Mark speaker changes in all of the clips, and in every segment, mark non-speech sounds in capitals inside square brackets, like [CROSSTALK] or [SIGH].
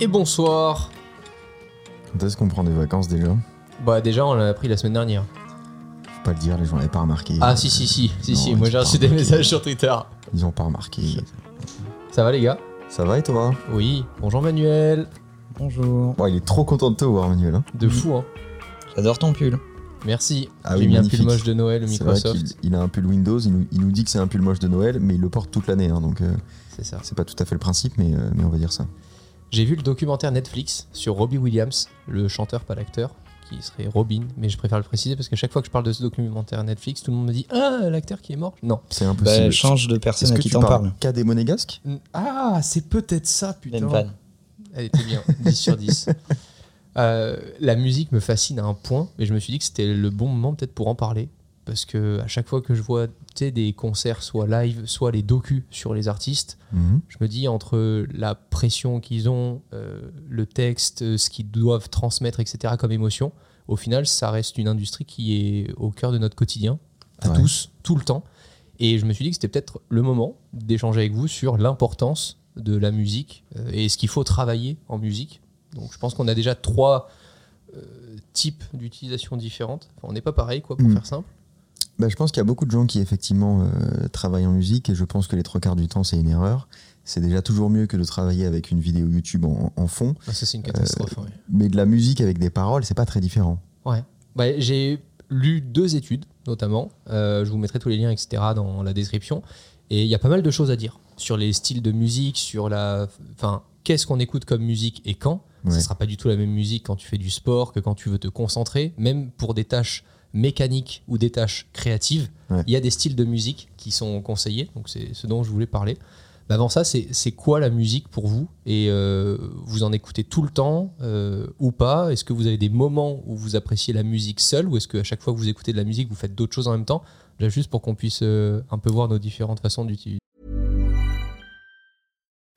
Speaker 1: et bonsoir.
Speaker 2: Quand est-ce qu'on prend des vacances déjà
Speaker 1: Bah déjà on l'a appris la semaine dernière.
Speaker 2: Faut pas le dire, les gens n'avaient pas remarqué.
Speaker 1: Ah si si si si
Speaker 2: Non,
Speaker 1: si,
Speaker 2: ils
Speaker 1: moi
Speaker 2: ont
Speaker 1: j'ai
Speaker 2: pas
Speaker 1: reçu des
Speaker 2: remarqué.
Speaker 1: messages sur Twitter.
Speaker 2: Ils ont pas remarqué.
Speaker 1: Ça va les gars
Speaker 2: Ça va et toi
Speaker 1: Oui. Bonjour Manuel.
Speaker 3: Bonjour.
Speaker 2: Bon, il est trop content de te voir, Manuel. hein.
Speaker 1: De fou hein.
Speaker 3: J'adore ton pull.
Speaker 1: Merci.
Speaker 2: Ah
Speaker 1: j'ai
Speaker 2: oui,
Speaker 1: mis un
Speaker 2: magnifique.
Speaker 1: pull moche de Noël au
Speaker 2: C'est vrai
Speaker 1: Microsoft.
Speaker 2: qu'il il a un pull Windows, il nous, il nous dit que c'est un pull moche de Noël, mais il le porte toute l'année, hein, donc euh,
Speaker 1: C'est ça.
Speaker 2: c'est pas tout à fait le principe, mais, euh, mais on va dire ça.
Speaker 1: J'ai vu le documentaire Netflix sur Robbie Williams, le chanteur pas l'acteur, qui serait Robin, mais je préfère le préciser parce qu'à chaque fois que je parle de ce documentaire Netflix, tout le monde me dit Ah, l'acteur qui est mort Non.
Speaker 2: C'est
Speaker 3: Bah,
Speaker 2: impossible.
Speaker 3: change de
Speaker 2: Est-ce
Speaker 3: personne à
Speaker 2: que
Speaker 3: qui
Speaker 2: tu
Speaker 3: t'en
Speaker 2: parles
Speaker 3: parle.
Speaker 2: qu'à des monégasques
Speaker 1: Ah, c'est peut-être ça, putain.
Speaker 3: Même fan.
Speaker 1: Elle était bien, [LAUGHS] 10 sur 10. Euh, la musique me fascine à un point, mais je me suis dit que c'était le bon moment peut-être pour en parler. Parce que à chaque fois que je vois tu sais, des concerts, soit live, soit les docus sur les artistes,
Speaker 2: Mhm.
Speaker 1: je me dis entre la pression qu'ils ont, euh, le texte, euh, ce qu'ils doivent transmettre, etc., comme émotion, au final, ça reste une industrie qui est au cœur de notre quotidien, à
Speaker 2: Ouais.
Speaker 1: tous, tout le temps. Et je me suis dit que c'était peut-être le moment d'échanger avec vous sur l'importance de la musique euh, et ce qu'il faut travailler en musique. Donc je pense qu'on a déjà trois euh, types d'utilisation différentes. Enfin, on n'est pas pareil, quoi, pour
Speaker 2: Mm.
Speaker 1: faire simple.
Speaker 2: Bah, je pense qu'il y a beaucoup de gens qui effectivement euh, travaillent en musique et je pense que les trois quarts du temps c'est une erreur. C'est déjà toujours mieux que de travailler avec une vidéo YouTube en, en fond,
Speaker 1: Ah, ça, c'est une
Speaker 2: Euh,
Speaker 1: catastrophe. ouais.
Speaker 2: mais de la musique avec des paroles c'est pas très différent.
Speaker 1: Bah, j'ai lu deux études, notamment. Euh, je vous mettrai tous les liens, etc., dans la description. Et il y a pas mal de choses à dire sur les styles de musique, sur la. Enfin, qu'est-ce qu'on écoute comme musique et quand. Ce
Speaker 2: Ouais.
Speaker 1: sera pas du tout la même musique quand tu fais du sport que quand tu veux te concentrer, même pour des tâches mécaniques ou des tâches créatives.
Speaker 2: Ouais.
Speaker 1: Il y a des styles de musique qui sont conseillés, donc c'est ce dont je voulais parler. Mais avant Bah, ça, c'est c'est quoi la musique pour vous Et euh, vous en écoutez tout le temps euh, ou pas Est-ce que vous avez des moments où vous appréciez la musique seule ou est-ce qu'à chaque fois que vous écoutez de la musique, vous faites d'autres choses en même temps Déjà juste pour qu'on puisse euh, un peu voir nos différentes façons d'utiliser.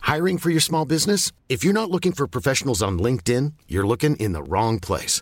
Speaker 4: Hiring for your small business? If you're not looking for professionals on LinkedIn, you're looking in the wrong place.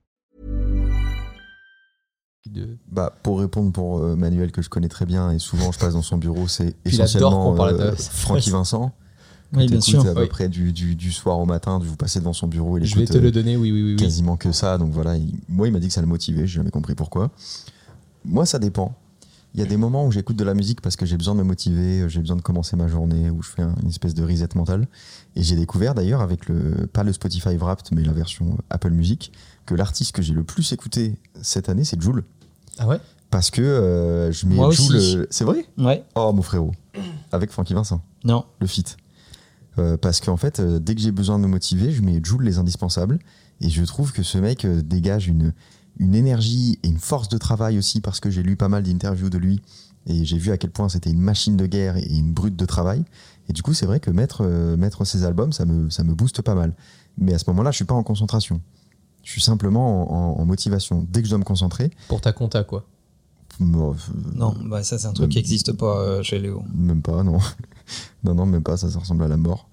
Speaker 1: De...
Speaker 2: Bah, pour répondre pour euh, Manuel que je connais très bien et souvent je passe dans son bureau, c'est
Speaker 1: il adore qu'on
Speaker 2: essentiellement euh,
Speaker 1: parle de-
Speaker 2: Francky Vincent.
Speaker 3: Oui, bien
Speaker 2: T'écoutes
Speaker 3: sûr.
Speaker 2: à peu
Speaker 1: Oui.
Speaker 2: près du, du, du soir au matin, de vous passer devant son bureau, il
Speaker 1: Je vais
Speaker 2: écoute
Speaker 1: te
Speaker 2: euh,
Speaker 1: le donner, oui, oui, oui. oui.
Speaker 2: quasiment que ça. Donc voilà, il- moi il m'a dit que ça le motivait, j'ai jamais compris pourquoi. Moi ça dépend. Il y a des moments où j'écoute de la musique parce que j'ai besoin de me motiver, euh, j'ai besoin de commencer ma journée, où je fais un- une espèce de reset mental. Et j'ai découvert d'ailleurs avec le, pas le Spotify Wrapped, mais la version euh, Apple Music, que l'artiste que j'ai le plus écouté cette année, c'est Joule.
Speaker 1: Ah ouais
Speaker 2: Parce que euh, je mets
Speaker 3: Moi
Speaker 2: Jul,
Speaker 3: aussi.
Speaker 2: euh, C'est vrai
Speaker 3: Ouais.
Speaker 2: Oh mon frérot. Avec Francky Vincent,
Speaker 3: Non.
Speaker 2: le feat. Euh, parce qu'en fait, euh, dès que j'ai besoin de me motiver, je mets Joule les indispensables. Et je trouve que ce mec euh, dégage une, une énergie et une force de travail aussi, parce que j'ai lu pas mal d'interviews de lui. Et j'ai vu à quel point c'était une machine de guerre et une brute de travail. Et du coup, c'est vrai que mettre, euh, mettre ses albums, ça me, ça me booste pas mal. Mais à ce moment-là, je suis pas en concentration. Je suis simplement en- en- en motivation. Dès que je dois me concentrer, euh,
Speaker 1: Pour ta compta, quoi.
Speaker 2: moi,
Speaker 3: Non,
Speaker 2: Mmh.
Speaker 3: bah ça c'est un truc qui n'existe pas euh, chez Léo.
Speaker 2: Même pas, non. [LAUGHS] non, non, même pas, ça, ça ressemble à la mort.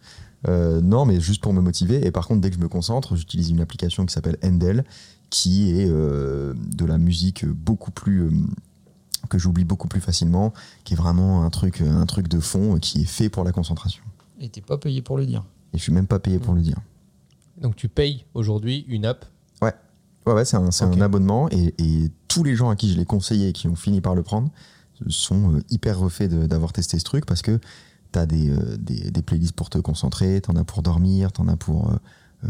Speaker 2: Euh, non, mais juste pour me motiver. Et par contre, dès que je me concentre, j'utilise une application qui s'appelle Endel, qui est euh, de la musique beaucoup plus. euh, que j'oublie beaucoup plus facilement, qui est vraiment un truc, un truc de fond euh, qui est fait pour la concentration.
Speaker 3: Et t'es pas payé pour le dire.
Speaker 2: Et je suis même pas payé pour le dire.
Speaker 1: Donc tu payes aujourd'hui une app.
Speaker 2: Ouais, ouais, c'est un, c'est
Speaker 1: Ok.
Speaker 2: un abonnement et, et tous les gens à qui je l'ai conseillé et qui ont fini par le prendre sont euh, hyper refaits de- d'avoir testé ce truc parce que t'as des, euh, des, des playlists pour te concentrer, t'en as pour dormir, t'en as pour euh, euh,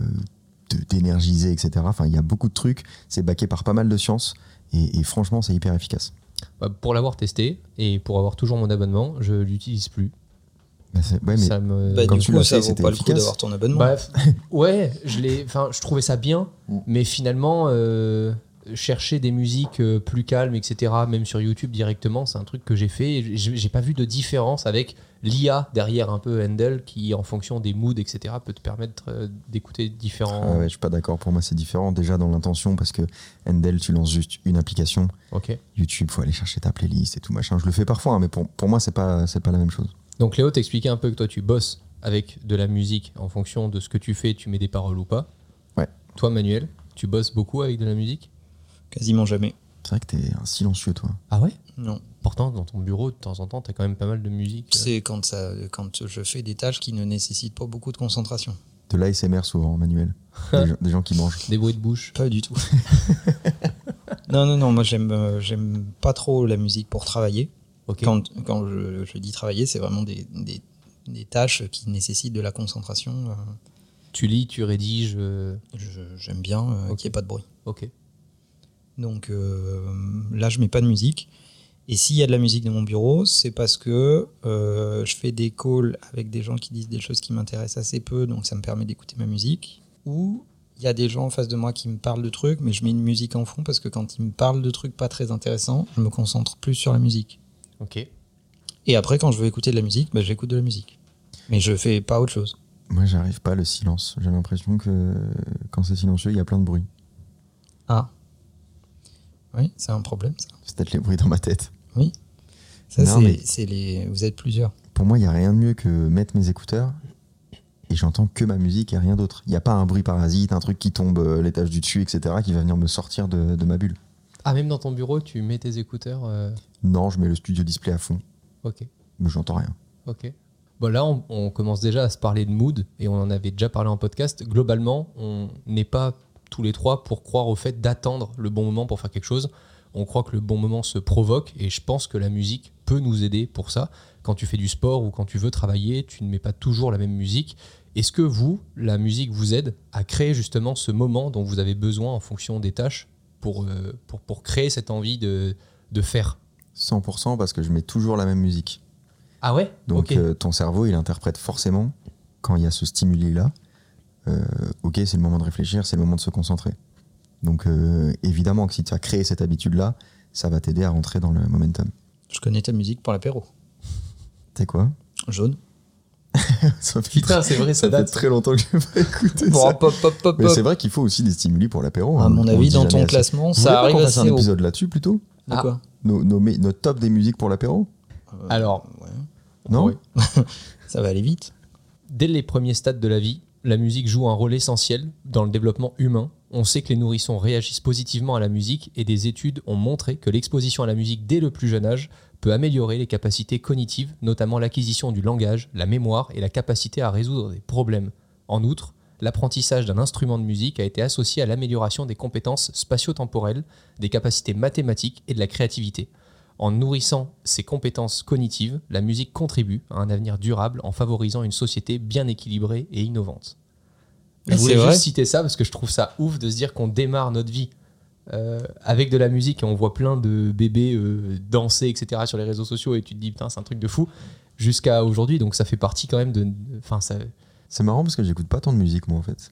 Speaker 2: te- t'énergiser, etc. Enfin, il y a beaucoup de trucs, c'est backé par pas mal de sciences et, et franchement, c'est hyper efficace.
Speaker 1: Bah, pour l'avoir testé et pour avoir toujours mon abonnement, je l'utilise plus.
Speaker 2: Bah, c'est- ouais, mais
Speaker 1: Ça me...
Speaker 3: Bah,
Speaker 2: Comme
Speaker 3: du
Speaker 2: tu
Speaker 3: coup,
Speaker 2: l'as
Speaker 3: ça
Speaker 2: fait,
Speaker 3: vaut
Speaker 2: c'était
Speaker 3: pas le coup
Speaker 2: efficace.
Speaker 3: d'avoir ton abonnement.
Speaker 1: Bah, ouais, je l'ai. Enfin, je trouvais ça bien,
Speaker 2: Mm.
Speaker 1: mais finalement, euh, chercher des musiques euh, plus calmes, etc., même sur YouTube directement, c'est un truc que j'ai fait. et J'ai j'ai pas vu de différence avec l'IA derrière un peu Handel qui, en fonction des moods, etc., peut te permettre euh, d'écouter différents.
Speaker 2: Ah ouais, je suis pas d'accord. Pour moi, c'est différent. Déjà dans l'intention, parce que Endel, tu lances juste une application.
Speaker 1: Ok.
Speaker 2: YouTube, faut aller chercher ta playlist et tout machin. Je le fais parfois, hein, mais pour, pour moi, c'est pas c'est pas la même chose.
Speaker 1: Donc Léo, t'expliquais un peu que toi tu bosses avec de la musique en fonction de ce que tu fais, tu mets des paroles ou pas.
Speaker 2: Ouais.
Speaker 1: Toi Manuel, tu bosses beaucoup avec de la musique
Speaker 3: Quasiment jamais.
Speaker 2: C'est vrai que t'es un silencieux, toi.
Speaker 1: Ah ouais
Speaker 3: Non.
Speaker 1: Pourtant dans ton bureau de temps en temps t'as quand même pas mal de musique. euh.
Speaker 3: C'est quand, ça, quand je fais des tâches qui ne nécessitent pas beaucoup de concentration.
Speaker 2: De l'ASMR souvent, Manuel. des, gens, des gens qui mangent.
Speaker 1: Des bruits de bouche.
Speaker 3: Pas du tout. [LAUGHS] non, non, non, moi j'aime euh, j'aime pas trop la musique pour travailler.
Speaker 1: Ok.
Speaker 3: Quand, quand je, je dis travailler, c'est vraiment des, des- des tâches qui nécessitent de la concentration. euh,
Speaker 1: Tu lis, tu rédiges. euh,
Speaker 3: je- J'aime bien euh,
Speaker 1: Ok.
Speaker 3: qu'il n'y ait pas de bruit.
Speaker 1: Ok.
Speaker 3: Donc euh, là, je mets pas de musique. Et s'il y a de la musique dans mon bureau, c'est parce que euh, je fais des calls avec des gens qui disent des choses qui m'intéressent assez peu, donc ça me permet d'écouter ma musique. Ou il y a des gens en face de moi qui me parlent de trucs, mais je mets une musique en fond parce que quand ils me parlent de trucs pas très intéressants, je me concentre plus sur la musique.
Speaker 1: Ok.
Speaker 3: Et après, quand je veux écouter de la musique, bah, j'écoute de la musique. Mais je fais pas autre chose.
Speaker 2: Moi, j'arrive pas à le silence. J'ai l'impression que quand c'est silencieux, il y a plein de bruit.
Speaker 3: Ah. Oui, c'est un problème, ça.
Speaker 2: C'est peut-être les bruits dans ma tête.
Speaker 3: Ça,
Speaker 2: Non,
Speaker 3: c'est-
Speaker 2: mais-
Speaker 3: c'est les. Vous êtes plusieurs.
Speaker 2: Pour moi, il y a rien de mieux que mettre mes écouteurs et j'entends que ma musique et rien d'autre. Il n'y a pas un bruit parasite, un truc qui tombe euh, l'étage du dessus, etc., qui va venir me sortir de, de ma bulle.
Speaker 1: Ah même dans ton bureau tu mets tes écouteurs. euh,
Speaker 2: Non, je mets le studio display à fond,
Speaker 1: Ok.
Speaker 2: mais j'entends rien.
Speaker 1: Ok. Bon, là, on, on commence déjà à se parler de mood et on en avait déjà parlé en podcast. Globalement, on n'est pas tous les trois pour croire au fait d'attendre le bon moment pour faire quelque chose. On croit que le bon moment se provoque et je pense que la musique peut nous aider pour ça. Quand tu fais du sport ou quand tu veux travailler, tu ne mets pas toujours la même musique. Est-ce que vous, la musique vous aide à créer justement ce moment dont vous avez besoin en fonction des tâches pour, euh, pour, pour créer cette envie de, de faire
Speaker 2: 100% parce que je mets toujours la même musique.
Speaker 1: Ah ouais
Speaker 2: Donc
Speaker 1: Ok.
Speaker 2: euh, ton cerveau, il interprète forcément quand il y a ce stimuli-là. euh, ok, c'est le moment de réfléchir, c'est le moment de se concentrer. Donc euh, évidemment que si tu as créé cette habitude-là, ça va t'aider à rentrer dans le momentum.
Speaker 3: Je connais ta musique pour l'apéro.
Speaker 2: C'est quoi [LAUGHS]
Speaker 3: Jaune.
Speaker 2: Ça fait
Speaker 1: Putain, c'est vrai, ça
Speaker 2: Ça fait
Speaker 1: date.
Speaker 2: très longtemps que je n'ai pas écouté
Speaker 3: Bon,
Speaker 2: ça.
Speaker 3: hop, hop, hop, hop,
Speaker 2: Mais
Speaker 3: hop.
Speaker 2: c'est vrai qu'il faut aussi des stimuli pour l'apéro.
Speaker 3: À
Speaker 2: hein.
Speaker 3: mon
Speaker 2: On
Speaker 3: avis,
Speaker 2: dit
Speaker 3: dans
Speaker 2: jamais
Speaker 3: ton
Speaker 2: assez.
Speaker 3: classement,
Speaker 2: Vous voulez
Speaker 3: ça
Speaker 2: pas
Speaker 3: arrive
Speaker 2: qu'on fasse
Speaker 3: assez
Speaker 2: un
Speaker 3: haut.
Speaker 2: épisode là-dessus plutôt
Speaker 3: De
Speaker 1: Ah.
Speaker 3: quoi
Speaker 2: Nos- nos mé- Notre top des musiques pour l'apéro
Speaker 1: Alors,
Speaker 3: Ouais.
Speaker 2: Non
Speaker 1: Oui.
Speaker 3: Ça va aller vite.
Speaker 1: Dès les premiers stades de la vie, la musique joue un rôle essentiel dans le développement humain. On sait que les nourrissons réagissent positivement à la musique et des études ont montré que l'exposition à la musique dès le plus jeune âge peut améliorer les capacités cognitives, notamment l'acquisition du langage, la mémoire et la capacité à résoudre des problèmes. En outre, l'apprentissage d'un instrument de musique a été associé à l'amélioration des compétences spatio-temporelles, des capacités mathématiques et de la créativité. En nourrissant ses compétences cognitives, la musique contribue à un avenir durable en favorisant une société bien équilibrée et innovante. Je
Speaker 3: Ah,
Speaker 1: voulais
Speaker 3: c'est
Speaker 1: juste
Speaker 3: vrai
Speaker 1: citer ça parce que je trouve ça ouf de se dire qu'on démarre notre vie euh, avec de la musique et on voit plein de bébés euh, danser, etc. sur les réseaux sociaux et tu te dis putain c'est un truc de fou jusqu'à aujourd'hui. Donc ça fait partie quand même de... Enfin, ça...
Speaker 2: C'est marrant parce que j'écoute pas tant de musique moi en fait.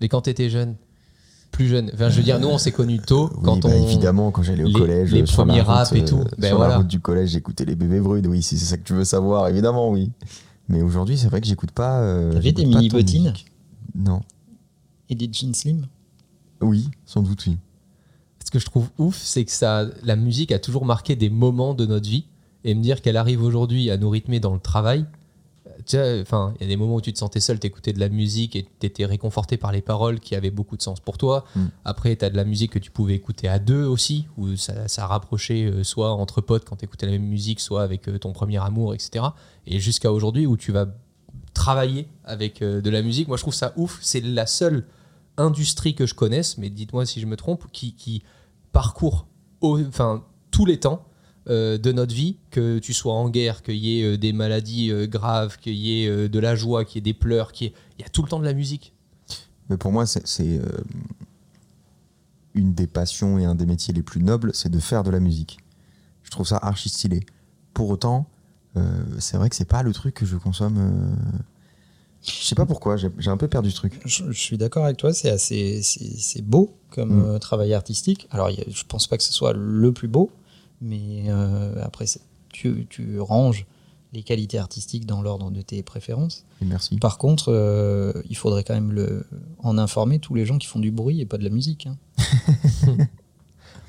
Speaker 1: Et quand t'étais jeune, plus jeune, enfin, je veux dire, nous on s'est connus tôt.
Speaker 2: Oui,
Speaker 1: quand
Speaker 2: bah,
Speaker 1: on...
Speaker 2: évidemment quand j'allais au
Speaker 1: les-
Speaker 2: collège
Speaker 1: les
Speaker 2: euh, sur
Speaker 1: premiers
Speaker 2: la route,
Speaker 1: raps et
Speaker 2: euh,
Speaker 1: tout,
Speaker 2: sur
Speaker 1: ben
Speaker 2: la
Speaker 1: voilà.
Speaker 2: route du collège j'écoutais les bébés brudes oui si c'est ça que tu veux savoir évidemment oui mais aujourd'hui c'est vrai que j'écoute pas euh,
Speaker 3: T'avais
Speaker 2: j'écoute
Speaker 3: des
Speaker 2: pas
Speaker 3: mini
Speaker 2: tant de
Speaker 3: bottines
Speaker 2: musique. non
Speaker 3: et des jeans slim.
Speaker 2: oui sans doute oui
Speaker 1: ce que je trouve ouf, c'est que ça, la musique a toujours marqué des moments de notre vie. Et me dire qu'elle arrive aujourd'hui à nous rythmer dans le travail, euh, tu sais, enfin, il y a des moments où tu te sentais seul, t'écoutais de la musique et t'étais réconforté par les paroles qui avaient beaucoup de sens pour toi.
Speaker 2: Mm.
Speaker 1: Après, t'as de la musique que tu pouvais écouter à deux aussi, où ça, ça rapprochait euh, soit entre potes quand t'écoutais la même musique, soit avec euh, ton premier amour, etc. Et jusqu'à aujourd'hui où tu vas travailler avec euh, de la musique, moi je trouve ça ouf. C'est la seule industrie que je connaisse, mais dites-moi si je me trompe, qui, qui parcourt au- enfin, tous les temps euh, de notre vie, que tu sois en guerre, qu'il y ait euh, des maladies euh, graves, qu'il y ait euh, de la joie, qu'il y ait des pleurs, qu'il y ait... il y a tout le temps de la musique.
Speaker 2: mais pour moi c'est- c'est euh, une des passions et un des métiers les plus nobles c'est de faire de la musique je trouve ça archi stylé pour autant euh, c'est vrai que c'est pas le truc que je consomme euh, je sais pas pourquoi j'ai j'ai un peu perdu ce truc
Speaker 3: Je, je suis d'accord avec toi, c'est assez, c'est c'est beau comme
Speaker 2: Mm.
Speaker 3: euh, travail artistique. Alors, il y a- je pense pas que ce soit le plus beau, mais euh, après, c'est- tu, tu ranges les qualités artistiques dans l'ordre de tes préférences.
Speaker 2: Et merci.
Speaker 3: Par contre, euh, il faudrait quand même le, en informer tous les gens qui font du bruit et pas de la musique. hein.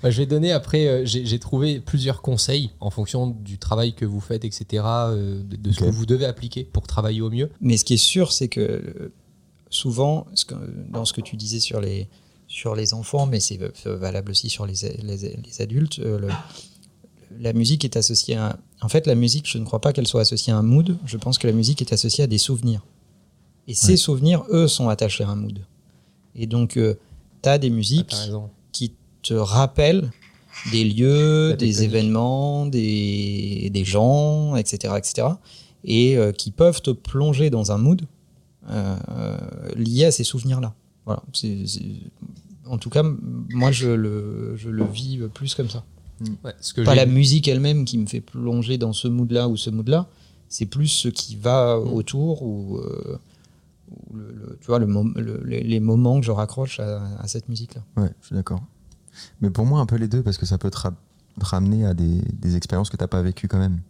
Speaker 1: Bah, je vais donner après, euh, j'ai j'ai trouvé plusieurs conseils en fonction du travail que vous faites, etc., euh, de, de ce
Speaker 2: Ok.
Speaker 1: que vous devez appliquer pour travailler au mieux.
Speaker 3: Mais ce qui est sûr, c'est que euh, souvent, ce que- dans ce que tu disais sur les, sur les enfants, mais c'est v- valable aussi sur les, les, les adultes, euh, le- la musique est associée à... En fait, la musique, je ne crois pas qu'elle soit associée à un mood, je pense que la musique est associée à des souvenirs. Et ces
Speaker 2: Ouais.
Speaker 3: souvenirs, eux, sont attachés à un mood. Et donc, tu as des
Speaker 1: Ah,
Speaker 3: musiques
Speaker 1: t'as raison.
Speaker 3: qui te rappellent des lieux,
Speaker 1: La
Speaker 3: des
Speaker 1: tectonique.
Speaker 3: événements, des, des gens, etc., etc., et euh, qui peuvent te plonger dans un mood euh, lié à ces souvenirs-là. Voilà. c'est- c'est- En tout cas, m- moi, je le, je le vis plus comme ça.
Speaker 1: Ouais, ce que
Speaker 3: Pas
Speaker 1: j'ai-
Speaker 3: la musique elle-même qui me fait plonger dans ce mood-là ou ce mood-là, c'est plus ce qui va
Speaker 1: Mm.
Speaker 3: autour ou, euh, ou le- le- tu vois, le mom- le- les, les moments que je raccroche à- à cette musique-là.
Speaker 2: Ouais, je suis d'accord. Mais pour moi, un peu les deux, parce que ça peut te, ra- te ramener à des, des expériences que t'as pas vécues quand même.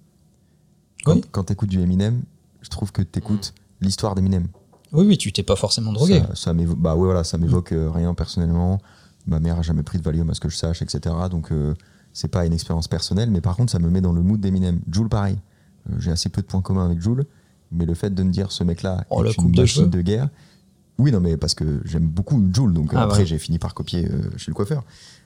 Speaker 2: Quand,
Speaker 3: Oui.
Speaker 2: quand t'écoutes du Eminem, je trouve que t'écoutes l'histoire d'Eminem.
Speaker 3: Oui, oui, tu t'es pas forcément drogué.
Speaker 2: Ça, ça m'évo- bah ouais, voilà, ça m'évoque euh, rien personnellement. Ma mère a jamais pris de Valium à ce que je sache, etc. Donc euh, c'est pas une expérience personnelle, mais par contre ça me met dans le mood d'Eminem. Joule pareil. Euh, J'ai assez peu de points communs avec Joule, mais le fait de me dire ce mec-là
Speaker 3: Oh, la
Speaker 2: est
Speaker 3: coupe
Speaker 2: une
Speaker 3: de
Speaker 2: machine
Speaker 3: cheveux.
Speaker 2: de guerre. Oui, non, mais parce que j'aime beaucoup Joule, donc euh,
Speaker 3: Ah,
Speaker 2: après
Speaker 3: ouais.
Speaker 2: j'ai fini par copier euh, chez le coiffeur.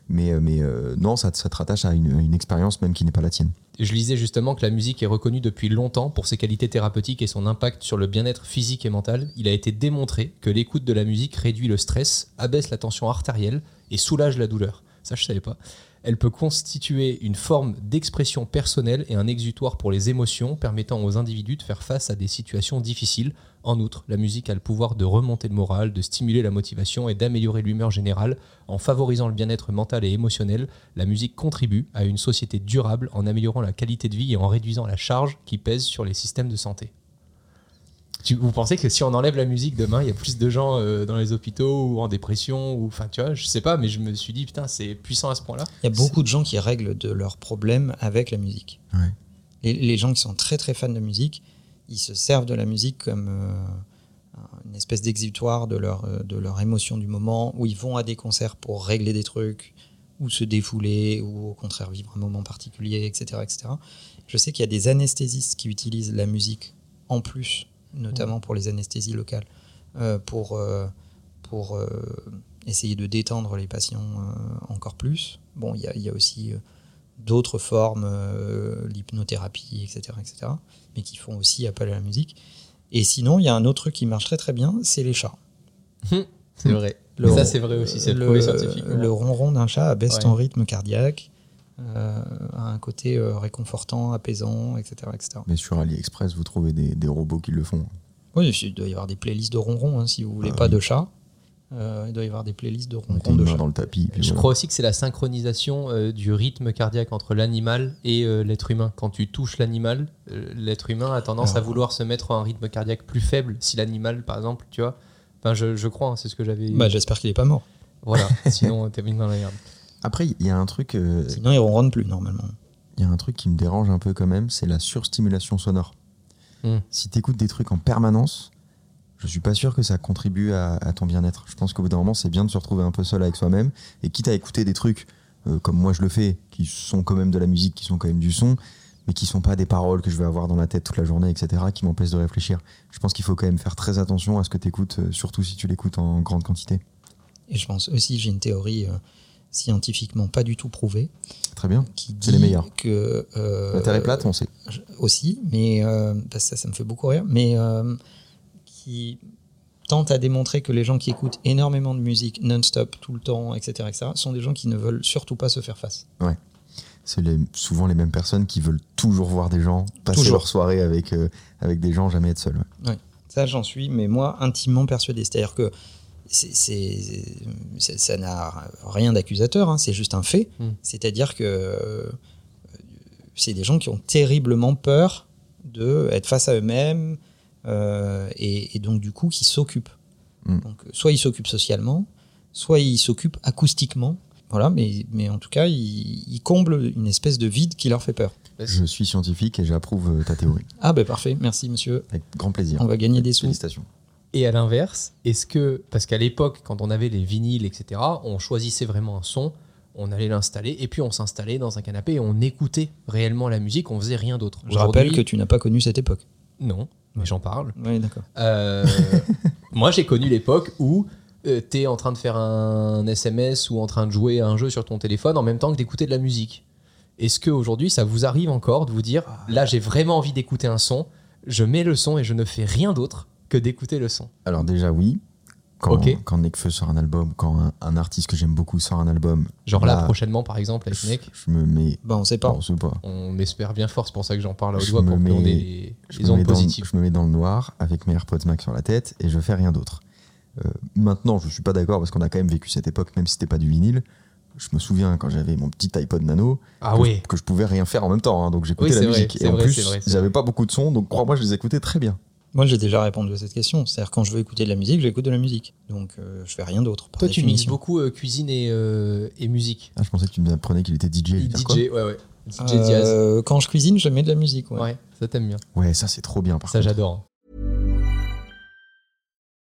Speaker 2: Mais, euh, mais euh, non, ça, te- ça te rattache à une, une expérience même qui n'est pas la tienne.
Speaker 1: Je lisais justement que la musique est reconnue depuis longtemps pour ses qualités thérapeutiques et son impact sur le bien-être physique et mental. Il a été démontré que l'écoute de la musique réduit le stress, abaisse la tension artérielle et soulage la douleur. Ça, je savais pas. Elle peut constituer une forme d'expression personnelle et un exutoire pour les émotions, permettant aux individus de faire face à des situations difficiles. En outre, la musique a le pouvoir de remonter le moral, de stimuler la motivation et d'améliorer l'humeur générale en favorisant le bien-être mental et émotionnel la musique contribue à une société durable en améliorant la qualité de vie et en réduisant la charge qui pèse sur les systèmes de santé. Tu- vous pensez que si on enlève la musique demain, il y a plus de gens euh, dans les hôpitaux ou en dépression ou enfin tu vois, je sais pas, mais je me suis dit putain c'est puissant à ce point-là.
Speaker 3: Il y a beaucoup de gens qui règlent de leurs problèmes avec la musique.
Speaker 2: Ouais.
Speaker 3: Les, les gens qui sont très très fans de musique, ils se servent de la musique comme euh, une espèce d'exutoire de leur, euh, de leur émotion du moment, où ils vont à des concerts pour régler des trucs, ou se défouler, ou au contraire vivre un moment particulier, etc. etc. Je sais qu'il y a des anesthésistes qui utilisent la musique en plus, notamment pour les anesthésies locales, euh, pour, euh, pour euh, essayer de détendre les patients euh, encore plus. Bon, il y a, il y a aussi euh, d'autres formes, euh, l'hypnothérapie, etc., etc., mais qui font aussi appel à la musique. Et sinon, il y a un autre truc qui marche très très bien, c'est les chats.
Speaker 1: C'est vrai.
Speaker 3: Le-
Speaker 1: ça c'est vrai aussi, c'est
Speaker 3: le,
Speaker 1: prouvé scientifiquement.
Speaker 3: le ronron d'un chat abaisse
Speaker 1: Ouais.
Speaker 3: ton rythme cardiaque, euh, a un côté euh, réconfortant, apaisant, etc., etc.
Speaker 2: Mais sur AliExpress, vous trouvez des, des robots qui le font.
Speaker 3: Oui, il doit y avoir des playlists de ronron hein, si vous voulez
Speaker 2: Ah
Speaker 3: pas
Speaker 2: oui.
Speaker 3: de chat. Euh, il doit y avoir des playlists de
Speaker 2: On
Speaker 3: ronron
Speaker 2: met une
Speaker 3: de
Speaker 2: main
Speaker 3: chat.
Speaker 2: dans le tapis. puis
Speaker 1: Je
Speaker 2: voilà.
Speaker 1: crois aussi que c'est la synchronisation euh, du rythme cardiaque entre l'animal et euh, l'être humain. Quand tu touches l'animal, euh, l'être humain a tendance à
Speaker 3: Ah.
Speaker 1: vouloir se mettre à un rythme cardiaque plus faible si l'animal, par exemple, tu vois. Enfin, je, je crois, hein, c'est ce que j'avais.
Speaker 3: Bah, J'espère qu'il est pas mort.
Speaker 1: voilà, [LAUGHS] sinon euh, t'es mis dans la merde.
Speaker 2: Après, il y a un truc. euh,
Speaker 3: Sinon, il ronronne plus normalement.
Speaker 2: il y a un truc qui me dérange un peu quand même, c'est la surstimulation sonore.
Speaker 1: Hmm.
Speaker 2: Si tu écoutes des trucs en permanence, je suis pas sûr que ça contribue à, à ton bien-être. Je pense qu'au bout d'un moment, c'est bien de se retrouver un peu seul avec soi-même. Et quitte à écouter des trucs, euh, comme moi je le fais, qui sont quand même de la musique, qui sont quand même du son, mais qui sont pas des paroles que je vais avoir dans la tête toute la journée, etc., qui m'empêchent de réfléchir. Je pense qu'il faut quand même faire très attention à ce que tu écoutes, surtout si tu l'écoutes en grande quantité.
Speaker 3: Et je pense aussi, j'ai une théorie euh, scientifiquement pas du tout prouvée
Speaker 2: Très bien.
Speaker 3: qui dit
Speaker 2: C'est les meilleurs.
Speaker 3: que euh,
Speaker 2: la Terre est plate, on sait.
Speaker 3: je- aussi, mais euh, parce que ça, ça me fait beaucoup rire, mais euh, qui tente à démontrer que les gens qui écoutent énormément de musique non-stop tout le temps, etc., etc., sont des gens qui ne veulent surtout pas se faire face.
Speaker 2: C'est les- souvent les mêmes personnes qui veulent toujours voir des gens, passer
Speaker 3: Toujours.
Speaker 2: leur soirée avec, euh, avec des gens, jamais être seul. ouais.
Speaker 3: Ça, j'en suis, mais moi, intimement persuadé. C'est-à-dire que c'est- c'est- c'est- ça n'a rien d'accusateur, hein, c'est juste un fait.
Speaker 1: Mm.
Speaker 3: C'est-à-dire que euh, c'est des gens qui ont terriblement peur de être face à eux-mêmes euh, et, et donc du coup qui s'occupent.
Speaker 2: Mm.
Speaker 3: Donc, soit ils s'occupent socialement, soit ils s'occupent acoustiquement. Voilà, mais, mais en tout cas, ils, ils comblent une espèce de vide qui leur fait peur.
Speaker 2: Je suis scientifique et j'approuve euh, ta théorie.
Speaker 3: Ah ben parfait, merci monsieur.
Speaker 2: Avec grand plaisir.
Speaker 3: On va gagner des sous.
Speaker 2: Félicitations.
Speaker 1: Et à l'inverse, est-ce que, parce qu'à l'époque, quand on avait les vinyles, etc., on choisissait vraiment un son, on allait l'installer, et puis on s'installait dans un canapé et on écoutait réellement la musique, on faisait rien d'autre.
Speaker 3: Je rappelle que
Speaker 1: Aujourd'hui,
Speaker 3: tu n'as pas connu cette époque.
Speaker 1: Non, mais j'en parle.
Speaker 3: Oui, d'accord.
Speaker 2: [LAUGHS]
Speaker 1: Euh, moi, j'ai connu l'époque où euh, t'es en train de faire un SMS ou en train de jouer à un jeu sur ton téléphone en même temps que d'écouter de la musique. Est-ce que aujourd'hui, ça vous arrive encore de vous dire là, j'ai vraiment envie d'écouter un son, je mets le son et je ne fais rien d'autre que d'écouter le son
Speaker 2: Alors déjà oui, quand,
Speaker 1: Ok.
Speaker 2: quand Nekfeu sort un album, quand un, un artiste que j'aime beaucoup sort un album,
Speaker 1: Genre là,
Speaker 2: Bah,
Speaker 1: prochainement, par exemple, avec
Speaker 2: je,
Speaker 1: Nick,
Speaker 2: je me mets...
Speaker 3: Bah, on sait pas.
Speaker 2: Bon, c'est pas.
Speaker 1: on espère bien fort, c'est pour ça que j'en parle à haute
Speaker 2: Je
Speaker 1: voix
Speaker 2: me
Speaker 1: pour qu'on
Speaker 2: mets-
Speaker 1: ait les,
Speaker 2: Je
Speaker 1: les
Speaker 2: me,
Speaker 1: ondes
Speaker 2: mets dans,
Speaker 1: positives.
Speaker 2: je me mets dans le noir avec mes AirPods Max sur la tête et je fais rien d'autre. Euh, maintenant, je suis pas d'accord parce qu'on a quand même vécu cette époque, même si c'était pas du vinyle. Je me souviens quand j'avais mon petit iPod Nano
Speaker 1: Ah
Speaker 2: que,
Speaker 1: ouais,
Speaker 2: je, que je pouvais rien faire en même temps, hein, donc j'écoutais
Speaker 1: Oui,
Speaker 2: la
Speaker 1: c'est vrai,
Speaker 2: musique.
Speaker 1: c'est
Speaker 2: et en
Speaker 1: vrai, c'est
Speaker 2: plus,
Speaker 1: vrai, c'est
Speaker 2: j'avais pas beaucoup de sons, donc crois-moi, je les écoutais très bien.
Speaker 3: Moi, j'ai déjà répondu à cette question. C'est-à-dire, quand je veux écouter de la musique, j'écoute de la musique. Donc, euh, je fais rien d'autre. par
Speaker 1: toi, tu mises
Speaker 3: définition.
Speaker 1: beaucoup euh, cuisine et, euh, et musique.
Speaker 2: Ah, je pensais que tu me apprenais qu'il était DJ. je veux dire quoi
Speaker 1: DJ, ouais, ouais. DJ
Speaker 3: Euh,
Speaker 1: Diaz.
Speaker 3: Quand je cuisine, je mets de la musique. ouais.
Speaker 1: Ouais, ça t'aime bien.
Speaker 2: Ouais, ça c'est trop bien. Par
Speaker 1: Ça,
Speaker 2: contre.
Speaker 1: j'adore.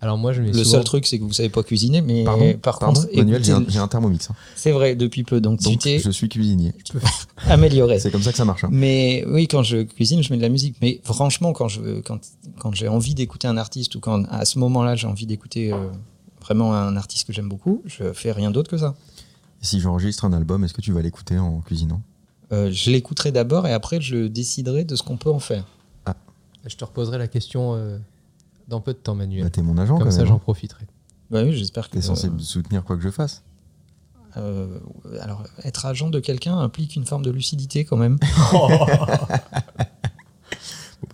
Speaker 1: Alors moi, je mets
Speaker 3: Le
Speaker 1: souvent-
Speaker 3: seul truc, c'est que vous savez pas cuisiner, mais
Speaker 2: Pardon,
Speaker 3: par
Speaker 2: pardon,
Speaker 3: contre,
Speaker 2: Manuel, j'ai un,
Speaker 3: écoutez-
Speaker 2: j'ai un thermomix. hein.
Speaker 3: c'est vrai depuis peu, donc, tu
Speaker 2: Donc,
Speaker 3: t'es
Speaker 2: je suis cuisinier.
Speaker 3: [LAUGHS] amélioré.
Speaker 2: C'est comme ça que ça marche. hein.
Speaker 3: Mais oui, quand je cuisine, je mets de la musique. Mais franchement, quand je quand quand j'ai envie d'écouter un artiste ou quand à ce moment-là j'ai envie d'écouter euh, vraiment un artiste que j'aime beaucoup, je fais rien d'autre que ça.
Speaker 2: Si j'enregistre un album, est-ce que tu vas l'écouter en cuisinant
Speaker 3: Euh, je l'écouterai d'abord et après je déciderai de ce qu'on peut en faire.
Speaker 1: Je te reposerai la question euh, dans peu de temps, Manuel.
Speaker 2: Bah, T'es mon agent
Speaker 1: Comme
Speaker 2: quand
Speaker 1: ça,
Speaker 2: même.
Speaker 1: j'en profiterai.
Speaker 3: Bah oui, j'espère que.
Speaker 2: T'es censé me soutenir quoi que je fasse.
Speaker 3: euh, euh, alors, être agent de quelqu'un implique une forme de lucidité quand même.
Speaker 2: Bon, bah,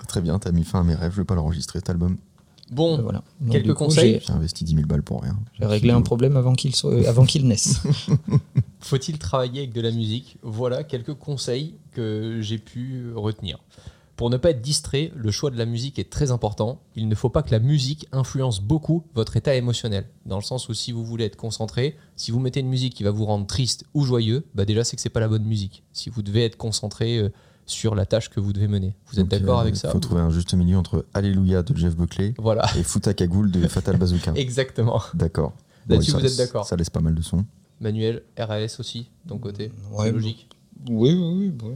Speaker 2: très bien, t'as mis fin à mes rêves, je vais pas l'enregistrer cet album.
Speaker 1: bon,
Speaker 3: Euh, voilà. Donc,
Speaker 1: Quelques
Speaker 3: du coup,
Speaker 1: conseils
Speaker 3: j'ai-
Speaker 2: J'ai investi 10 000 balles pour rien.
Speaker 3: J'ai réglé un problème avant qu'il soit, euh, avant qu'il naisse.
Speaker 1: faut-il travailler avec de la musique Voilà quelques conseils que j'ai pu retenir. Pour ne pas être distrait, le choix de la musique est très important. Il ne faut pas que la musique influence beaucoup votre état émotionnel. Dans le sens où si vous voulez être concentré, si vous mettez une musique qui va vous rendre triste ou joyeux, bah déjà c'est que c'est pas la bonne musique. Si vous devez être concentré euh, sur la tâche que vous devez mener, vous êtes
Speaker 2: Donc,
Speaker 1: d'accord
Speaker 2: euh,
Speaker 1: avec ça
Speaker 2: Faut trouver un juste milieu entre Alléluia de Jeff Buckley
Speaker 1: Voilà, [LAUGHS]
Speaker 2: et Futa Cagoule de Fatal Bazooka.
Speaker 1: exactement.
Speaker 2: D'accord.
Speaker 1: Là-dessus,
Speaker 2: ça
Speaker 1: vous êtes
Speaker 2: laisse-
Speaker 1: d'accord.
Speaker 2: Ça laisse pas mal de sons.
Speaker 1: Manuel, RAS aussi, de ton côté.
Speaker 3: Mm, Ouais,
Speaker 1: c'est logique.
Speaker 3: oui, oui, oui. oui.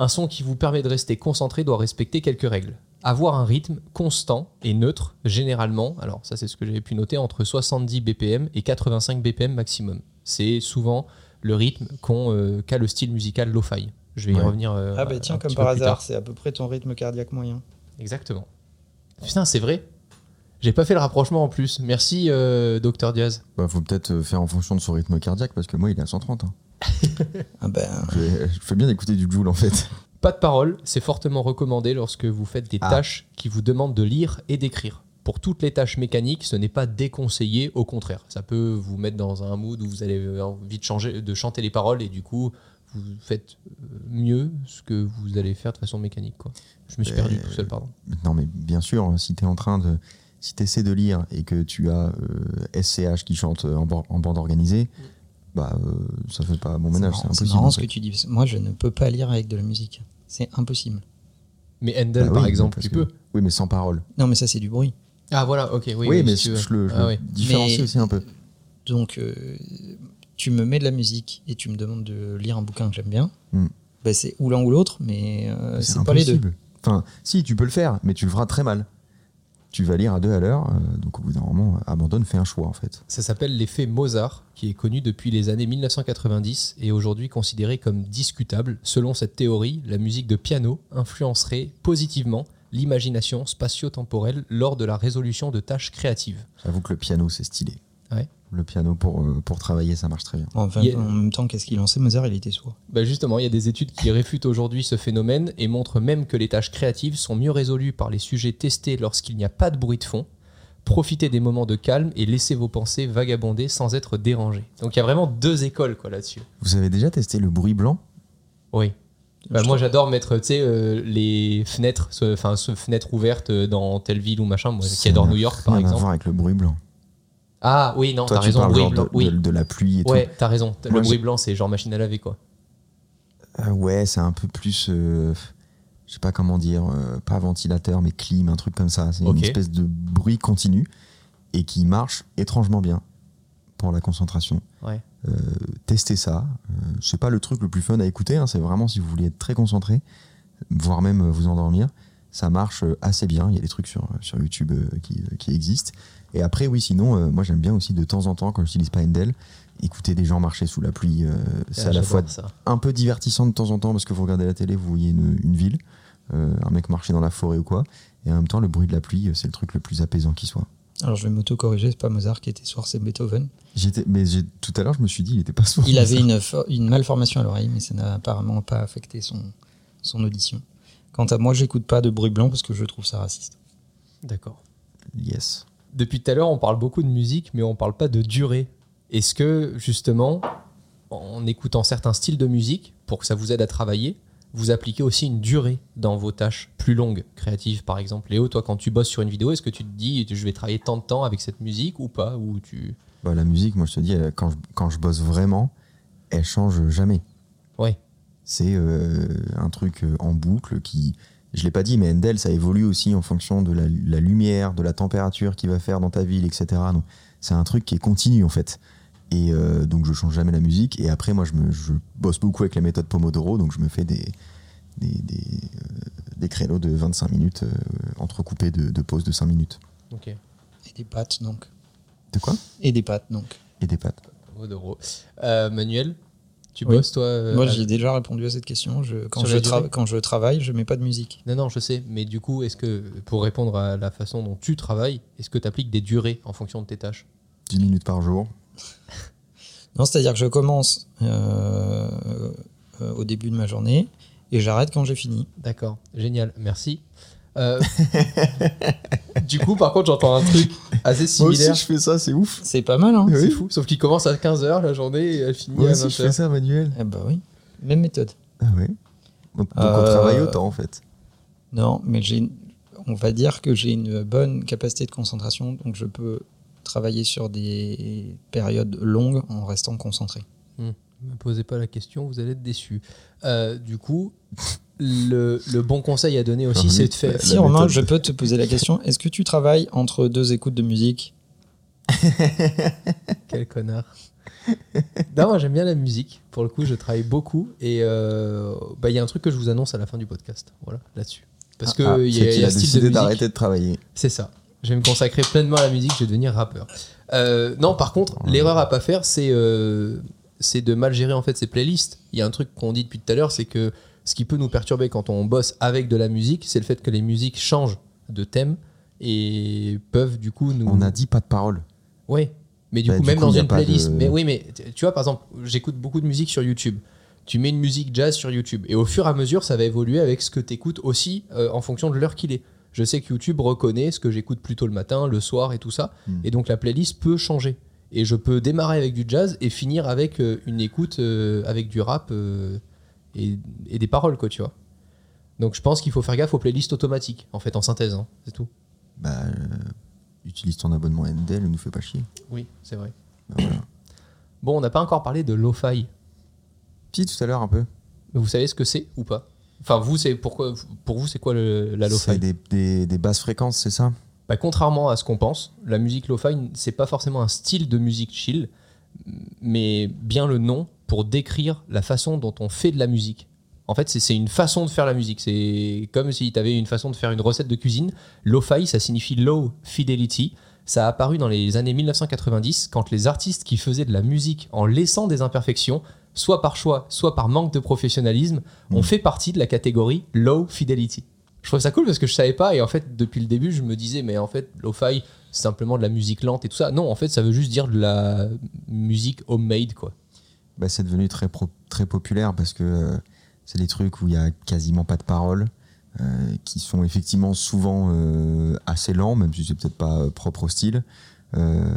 Speaker 1: Un son qui vous permet de rester concentré doit respecter quelques règles. Avoir un rythme constant et neutre, généralement, alors ça c'est ce que j'avais pu noter, entre 70 BPM et 85 BPM maximum. C'est souvent le rythme qu'ont, euh, qu'a le style musical lo-fi. Je vais y
Speaker 2: Ouais.
Speaker 1: revenir. euh,
Speaker 3: Ah bah
Speaker 1: un
Speaker 3: tiens,
Speaker 1: petit
Speaker 3: comme
Speaker 1: peu
Speaker 3: par
Speaker 1: plus tard.
Speaker 3: hasard, c'est à peu près ton rythme cardiaque moyen.
Speaker 1: Exactement. Putain, c'est vrai. J'ai pas fait le rapprochement en plus. Merci, euh, docteur Diaz.
Speaker 2: Bah, faut peut-être euh, faire en fonction de son rythme cardiaque parce que moi il est à 130. hein.
Speaker 3: Ah ben,
Speaker 2: Je, je fais bien d'écouter du Joule en fait. [LAUGHS]
Speaker 1: Pas de parole, c'est fortement recommandé lorsque vous faites des
Speaker 2: Ah.
Speaker 1: tâches qui vous demandent de lire et d'écrire. Pour toutes les tâches mécaniques, ce n'est pas déconseillé, au contraire. Ça peut vous mettre dans un mood où vous avez envie de, changer, de chanter les paroles et du coup, vous faites euh, mieux ce que vous allez faire de façon mécanique. Quoi. Je me suis
Speaker 2: Euh,
Speaker 1: perdu tout seul, pardon.
Speaker 2: Non mais bien sûr, hein, si t'es en train de. Si t'essaies de lire et que tu as euh, SCH qui chante en, ban- en bande organisée, bah euh, ça fait pas bon
Speaker 3: c'est
Speaker 2: ménage,
Speaker 3: marrant-
Speaker 2: c'est
Speaker 3: c'est
Speaker 2: impossible.
Speaker 3: marrant
Speaker 2: en
Speaker 3: ce que
Speaker 2: fait.
Speaker 3: tu dis. Moi, je ne peux pas lire avec de la musique. C'est impossible.
Speaker 1: Mais Handel,
Speaker 2: Bah
Speaker 1: par
Speaker 2: oui,
Speaker 1: exemple,
Speaker 2: parce
Speaker 1: tu
Speaker 2: que-
Speaker 1: peux.
Speaker 2: Oui, mais sans parole.
Speaker 3: Non, mais ça, c'est du bruit.
Speaker 1: Ah voilà, ok, oui.
Speaker 2: Oui,
Speaker 1: oui,
Speaker 2: mais
Speaker 1: si tu
Speaker 2: je,
Speaker 1: veux.
Speaker 2: je le, je
Speaker 1: Ah
Speaker 2: le
Speaker 1: ouais.
Speaker 2: différencie
Speaker 3: Mais-
Speaker 2: aussi un peu.
Speaker 3: Donc, euh, tu me mets de la musique et tu me demandes de lire un bouquin que j'aime bien.
Speaker 2: Hmm.
Speaker 3: Bah, c'est ou l'un ou l'autre, mais euh, c'est pas les deux.
Speaker 2: impossible. Enfin, si, tu peux le faire, mais tu le feras très mal. Tu vas lire à deux à l'heure, euh, donc au bout d'un moment, abandonne, fais un choix en fait.
Speaker 1: Ça s'appelle l'effet Mozart, qui est connu depuis les années 1990 et aujourd'hui considéré comme discutable. Selon cette théorie, la musique de piano influencerait positivement l'imagination spatio-temporelle lors de la résolution de tâches créatives.
Speaker 2: J'avoue que le piano, c'est stylé.
Speaker 1: Ouais.
Speaker 2: Le piano pour, euh, pour travailler, ça marche très bien.
Speaker 3: Enfin,
Speaker 1: Il y a-
Speaker 3: en même temps, qu'est-ce qu'il en sait Mozart, il était sourd.
Speaker 1: Bah justement, il y a des études qui réfutent aujourd'hui ce phénomène et montrent même que les tâches créatives sont mieux résolues par les sujets testés lorsqu'il n'y a pas de bruit de fond. Profitez des moments de calme et laissez vos pensées vagabonder sans être dérangées. Donc il y a vraiment deux écoles quoi là-dessus.
Speaker 2: Vous avez déjà testé le bruit blanc
Speaker 1: Oui. Bah,
Speaker 3: Je
Speaker 1: moi
Speaker 3: trouve-
Speaker 1: j'adore mettre tu sais, euh, les fenêtres, ce- enfin ce, fenêtre ouverte euh, dans telle ville ou machin, moi qui
Speaker 2: Ça
Speaker 1: adore
Speaker 2: n'a
Speaker 1: New York par
Speaker 2: Rien à
Speaker 1: exemple.
Speaker 2: voir avec le bruit blanc.
Speaker 1: Ah oui non,
Speaker 2: Toi,
Speaker 1: t'as
Speaker 2: tu
Speaker 1: raison,
Speaker 2: parles
Speaker 1: bruit
Speaker 2: genre
Speaker 1: blanc.
Speaker 2: de,
Speaker 1: oui.
Speaker 2: de- de la pluie et
Speaker 1: Ouais, t'as raison. le
Speaker 2: Moi,
Speaker 1: bruit
Speaker 2: j'ai-
Speaker 1: blanc, c'est genre machine à laver, quoi.
Speaker 2: tout. Euh, ouais, c'est un peu plus. euh, je sais pas comment dire. euh, pas ventilateur, mais clim, un truc comme ça. C'est
Speaker 1: Ok.
Speaker 2: une espèce de bruit continu et qui marche étrangement bien pour la concentration.
Speaker 1: Ouais.
Speaker 2: Euh, testez ça. Euh, c'est pas le truc le plus fun à écouter. hein, c'est vraiment si vous voulez être très concentré, voire même euh, vous endormir. Ça marche euh, assez bien. Il y a des trucs sur, sur YouTube euh, qui, qui existent. Et après, oui, sinon, euh, moi j'aime bien aussi de temps en temps, quand j'utilise pas Endel, écouter des gens marcher sous la pluie. euh, c'est à la
Speaker 1: Ah, J'adore
Speaker 2: fois
Speaker 1: ça.
Speaker 2: un peu divertissant de temps en temps parce que vous regardez la télé, vous voyez une, une ville, euh, un mec marcher dans la forêt ou quoi. Et en même temps, le bruit de la pluie, euh, c'est le truc le plus apaisant qui soit.
Speaker 3: Alors, je vais m'auto-corriger, c'est pas Mozart qui était sourd,
Speaker 1: [LAUGHS]
Speaker 3: c'est Beethoven.
Speaker 2: J'étais, mais j'ai- tout à l'heure, je me suis dit, il était pas sourd.
Speaker 3: Il avait une, fo- une malformation à l'oreille, mais ça n'a apparemment pas affecté son, son audition. Quant à moi, j'écoute pas de bruit blanc parce que je trouve ça raciste.
Speaker 1: D'accord.
Speaker 2: Yes.
Speaker 1: Depuis tout à l'heure, on parle beaucoup de musique, mais on parle pas de durée. Est-ce que, justement, en écoutant certains styles de musique, pour que ça vous aide à travailler, vous appliquez aussi une durée dans vos tâches plus longues, créatives par exemple Léo, toi, quand tu bosses sur une vidéo, est-ce que tu te dis je vais travailler tant de temps avec cette musique ou pas ou tu...
Speaker 2: Bah, la musique, moi je te dis, elle- quand je, quand je bosse vraiment, elle change jamais.
Speaker 1: Ouais.
Speaker 2: C'est euh, un truc euh, en boucle qui, je l'ai pas dit, mais Endel, ça évolue aussi en fonction de la, la lumière, de la température qu'il va faire dans ta ville, etc. Donc c'est un truc qui est continu en fait. Et euh, donc je change jamais la musique. Et après, moi je, me, je bosse beaucoup avec la méthode Pomodoro, donc je me fais des, des, des, euh, des créneaux de 25 minutes euh, entrecoupés de, de pauses de 5 minutes.
Speaker 1: Ok.
Speaker 3: Et des pattes, donc.
Speaker 2: De quoi
Speaker 3: Et des pattes, donc.
Speaker 2: Et des pâtes.
Speaker 1: Odoro. Euh, Manuel, tu
Speaker 3: Oui.
Speaker 1: bosses toi euh,
Speaker 3: moi,
Speaker 1: avec-
Speaker 3: j'ai déjà répondu à cette question. Je- quand,
Speaker 1: Sur
Speaker 3: je
Speaker 1: la durée
Speaker 3: tra- quand je travaille, je mets pas de musique.
Speaker 1: Non, non, je sais, mais du coup, est-ce que, pour répondre à la façon dont tu travailles, est-ce que tu appliques des durées en fonction de tes tâches
Speaker 2: 10 minutes par jour.
Speaker 3: Non, c'est-à-dire que je commence euh, euh, au début de ma journée et j'arrête quand j'ai fini.
Speaker 1: D'accord, génial, merci. Euh, du coup, par contre, j'entends un truc assez similaire.
Speaker 2: fais ça, c'est ouf.
Speaker 3: C'est pas mal, hein
Speaker 2: Oui.
Speaker 1: C'est fou, sauf qu'il commence à 15h la journée et elle finit à 20h.
Speaker 2: ça, Manuel.
Speaker 3: Eh bah oui, même méthode.
Speaker 2: Ah ouais. Donc, donc on
Speaker 3: Euh,
Speaker 2: travaille autant en fait.
Speaker 3: Non, mais j'ai, une- on va dire que j'ai une bonne capacité de concentration, donc je peux travailler sur des périodes longues en restant concentré.
Speaker 1: Ne me posez pas la question, vous allez être déçus. Euh, du coup, le, le bon conseil à donner aussi,
Speaker 2: Ah oui,
Speaker 1: c'est de faire.
Speaker 2: la-
Speaker 3: si
Speaker 2: méthode
Speaker 3: Romain,
Speaker 2: de-
Speaker 3: je peux te poser la question, est-ce que tu travailles entre deux écoutes de musique
Speaker 1: Quel connard. non, moi j'aime bien la musique. Pour le coup, je travaille beaucoup. Et euh, bah, il y a un truc que je vous annonce à la fin du podcast. Voilà, là-dessus. Parce que
Speaker 2: Ah,
Speaker 1: il y
Speaker 2: c'est
Speaker 1: a, il
Speaker 2: qu'il
Speaker 1: y a
Speaker 2: a
Speaker 1: un style de
Speaker 2: décidé
Speaker 1: musique-
Speaker 2: d'arrêter de travailler.
Speaker 1: C'est ça. Je vais me consacrer pleinement à la musique, je vais devenir rappeur. Euh, non, par contre, l'erreur à pas faire, c'est euh, c'est de mal gérer en fait ses playlists. Il y a un truc qu'on dit depuis tout à l'heure, c'est que ce qui peut nous perturber quand on bosse avec de la musique, c'est le fait que les musiques changent de thème et peuvent du coup nous.
Speaker 2: On a dit pas de parole.
Speaker 1: Ouais. Mais du
Speaker 2: Bah,
Speaker 1: coup,
Speaker 2: du
Speaker 1: même
Speaker 2: coup,
Speaker 1: dans
Speaker 2: y a
Speaker 1: une
Speaker 2: pas de-
Speaker 1: playlist. Mais oui, mais t- tu vois, par exemple, j'écoute beaucoup de musique sur YouTube. Tu mets une musique jazz sur YouTube. Et au fur et à mesure, ça va évoluer avec ce que tu écoutes aussi euh, en fonction de l'heure qu'il est. Je sais que YouTube reconnaît ce que j'écoute plutôt le matin, le soir et tout ça.
Speaker 2: Hmm.
Speaker 1: Et donc, la playlist peut changer. Et je peux démarrer avec du jazz et finir avec euh, une écoute euh, avec du rap euh, et, et des paroles, quoi, tu vois. Donc, je pense qu'il faut faire gaffe aux playlists automatiques, en fait, en synthèse, hein, c'est tout.
Speaker 2: Bah, euh, utilise ton abonnement Endel, nous fais pas chier.
Speaker 1: Oui, c'est vrai.
Speaker 2: Bah, voilà.
Speaker 1: Bon, on n'a pas encore parlé de lo-fi.
Speaker 2: Si, tout à l'heure un peu.
Speaker 1: Mais vous savez ce que c'est ou pas Enfin, vous, c'est pourquoi pour vous, c'est quoi le, la lo-fi
Speaker 2: C'est des, des, des basses fréquences, c'est ça
Speaker 1: Bah, Contrairement à ce qu'on pense, la musique lo-fi, c'est pas forcément un style de musique chill, mais bien le nom pour décrire la façon dont on fait de la musique. En fait, c'est- c'est une façon de faire la musique. C'est comme si tu avais une façon de faire une recette de cuisine. Lo-fi, ça signifie low fidelity. Ça a apparu dans les années 1990 quand les artistes qui faisaient de la musique en laissant des imperfections, soit par choix, soit par manque de professionnalisme, ont
Speaker 2: Mhm.
Speaker 1: fait partie de la catégorie low fidelity. Je je trouve ça cool parce que je savais pas et en fait depuis le début je me disais mais en fait lo-fi c'est simplement de la musique lente et tout ça. Non, en fait ça veut juste dire de la musique homemade quoi.
Speaker 2: Bah, c'est devenu très, pro- très populaire parce que euh, c'est des trucs où il y a quasiment pas de paroles, euh, qui sont effectivement souvent euh, assez lents, même si c'est peut-être pas euh, propre au style, euh,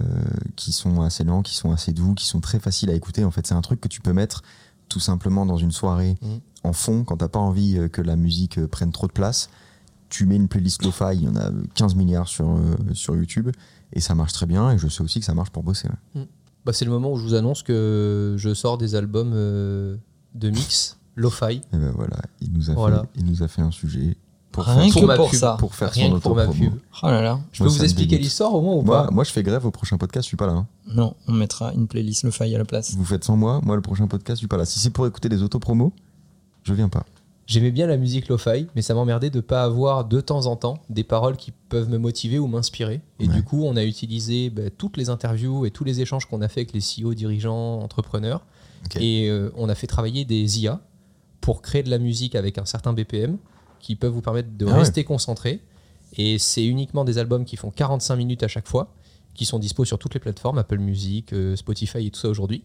Speaker 2: qui sont assez lents, qui sont assez doux, qui sont très faciles à écouter. En fait, c'est un truc que tu peux mettre tout simplement dans une soirée
Speaker 1: Mhm.
Speaker 2: en fond quand t'as pas envie euh, que la musique euh, prenne trop de place. Tu mets une playlist lo-fi, il y en a euh, 15 milliards sur, euh, sur YouTube, et ça marche très bien, et je sais aussi que ça marche pour bosser. ouais.
Speaker 1: Bah, c'est le moment où je vous annonce que je sors des albums euh, de mix lo-fi.
Speaker 2: Et ben voilà, il nous a,
Speaker 1: Voilà.
Speaker 2: Fait, il nous a fait un sujet pour
Speaker 3: Rien
Speaker 2: faire,
Speaker 3: que
Speaker 2: son-
Speaker 1: ma
Speaker 3: pour
Speaker 1: pub,
Speaker 3: ça.
Speaker 2: pour faire
Speaker 1: Rien
Speaker 2: son
Speaker 1: que pour ma
Speaker 2: autopromo.
Speaker 1: pub.
Speaker 3: Oh là là.
Speaker 1: Je peux
Speaker 2: Moi, ça
Speaker 1: vous
Speaker 2: me
Speaker 1: expliquer
Speaker 2: dégoûte.
Speaker 1: l'histoire au moins ou
Speaker 2: Moi,
Speaker 1: pas
Speaker 2: moi, je fais grève au prochain podcast, je suis pas là. hein.
Speaker 3: Non, on mettra une playlist le faille à la place.
Speaker 2: Vous faites sans moi, moi, le prochain podcast, je suis pas là. Si c'est pour écouter des autopromos, je viens pas.
Speaker 1: J'aimais bien la musique lo-fi, mais ça m'emmerdait de pas avoir de temps en temps des paroles qui peuvent me motiver ou m'inspirer. Et
Speaker 2: Ouais.
Speaker 1: du coup, on a utilisé bah, toutes les interviews et tous les échanges qu'on a fait avec les CEO, dirigeants, entrepreneurs.
Speaker 2: Ok.
Speaker 1: Et euh, on a fait travailler des IA pour créer de la musique avec un certain BPM qui peuvent vous permettre de
Speaker 2: Ah ouais.
Speaker 1: rester concentré. Et c'est uniquement des albums qui font 45 minutes à chaque fois, qui sont dispo sur toutes les plateformes, Apple Music, euh, Spotify et tout ça aujourd'hui.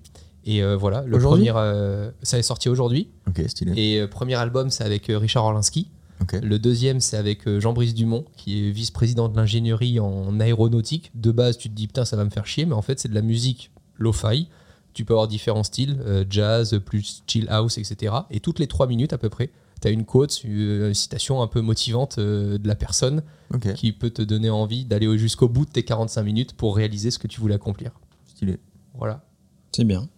Speaker 1: Et euh, voilà, le
Speaker 2: Aujourd'hui
Speaker 1: premier, euh, ça est sorti aujourd'hui.
Speaker 2: Ok, stylé.
Speaker 1: Et euh, premier album, c'est avec euh, Richard Orlinski.
Speaker 2: Ok.
Speaker 1: Le deuxième, c'est avec euh, Jean-Brice Dumont, qui est vice-président de l'ingénierie en aéronautique. De base, tu te dis, putain, ça va me faire chier, mais en fait, c'est de la musique lo-fi. Tu peux avoir différents styles, euh, jazz, plus chill house, etc. Et toutes les trois minutes à peu près, tu as une quote, euh, une citation un peu motivante euh, de la personne
Speaker 2: Ok,
Speaker 1: qui peut te donner envie d'aller au- jusqu'au bout de tes 45 minutes pour réaliser ce que tu voulais accomplir.
Speaker 2: stylé.
Speaker 1: Voilà,
Speaker 3: C'est bien.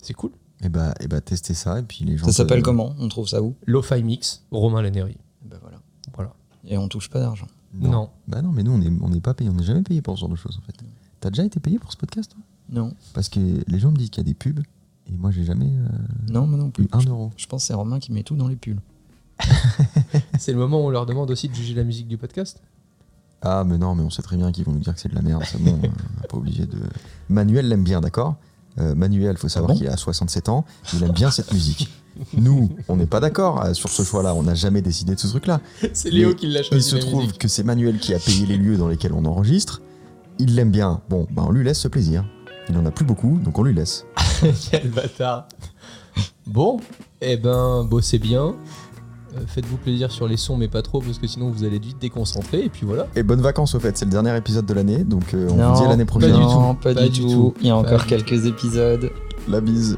Speaker 1: c'est cool.
Speaker 2: Et bah, et bah, testez ça, et puis les gens.
Speaker 3: Ça s'appelle
Speaker 2: peuvent-
Speaker 3: comment On trouve ça où
Speaker 1: Lo-fi mix, Romain Laneri.
Speaker 3: euh, Ben voilà.
Speaker 1: Voilà.
Speaker 3: Et on touche pas d'argent.
Speaker 2: Non.
Speaker 1: non.
Speaker 2: Bah non, mais nous, on n'est on n'est pas payé, on n'est jamais payé pour ce genre de choses, en fait. T'as déjà été payé pour ce podcast, toi
Speaker 3: Non,
Speaker 2: Parce que les gens me disent qu'il y a des pubs, et moi, j'ai jamais euh,
Speaker 3: non, mais non
Speaker 2: eu
Speaker 3: plus.
Speaker 2: un euro.
Speaker 3: Je pense que c'est Romain qui met tout dans les pulls.
Speaker 1: C'est le moment où on leur demande aussi de juger la musique du podcast.
Speaker 2: Ah, mais non, mais on sait très bien qu'ils vont nous dire que c'est de la merde, c'est
Speaker 3: [LAUGHS]
Speaker 2: bon, euh, on n'est pas obligé de. Manuel l'aime bien, d'accord Euh, Manuel, faut savoir
Speaker 3: Ah bon
Speaker 2: qu'il a 67 ans, il aime bien cette musique. Nous, on n'est pas d'accord euh, sur ce choix-là, on n'a jamais décidé de ce truc-là.
Speaker 1: C'est
Speaker 2: Léo Mais
Speaker 1: qui l'a
Speaker 2: Il se trouve que c'est Manuel qui a payé les lieux dans lesquels on enregistre, il l'aime bien, bon, bah on lui laisse ce plaisir. Il en a plus beaucoup, donc on lui laisse.
Speaker 1: [LAUGHS] Quel bâtard. Bon, eh ben, bossez bien. Euh, Faites-vous plaisir sur les sons, mais pas trop, parce que sinon vous allez vite déconcentrer. Et puis voilà.
Speaker 2: Et bonnes vacances au fait, c'est le dernier épisode de l'année, donc euh, on
Speaker 3: non,
Speaker 2: vous dit à l'année prochaine.
Speaker 1: du tout.
Speaker 3: Non, pas,
Speaker 1: Pas
Speaker 3: du
Speaker 1: du
Speaker 3: tout.
Speaker 1: tout.
Speaker 3: Il y a
Speaker 1: Pas
Speaker 3: encore
Speaker 1: du
Speaker 3: quelques épisodes.
Speaker 2: La bise.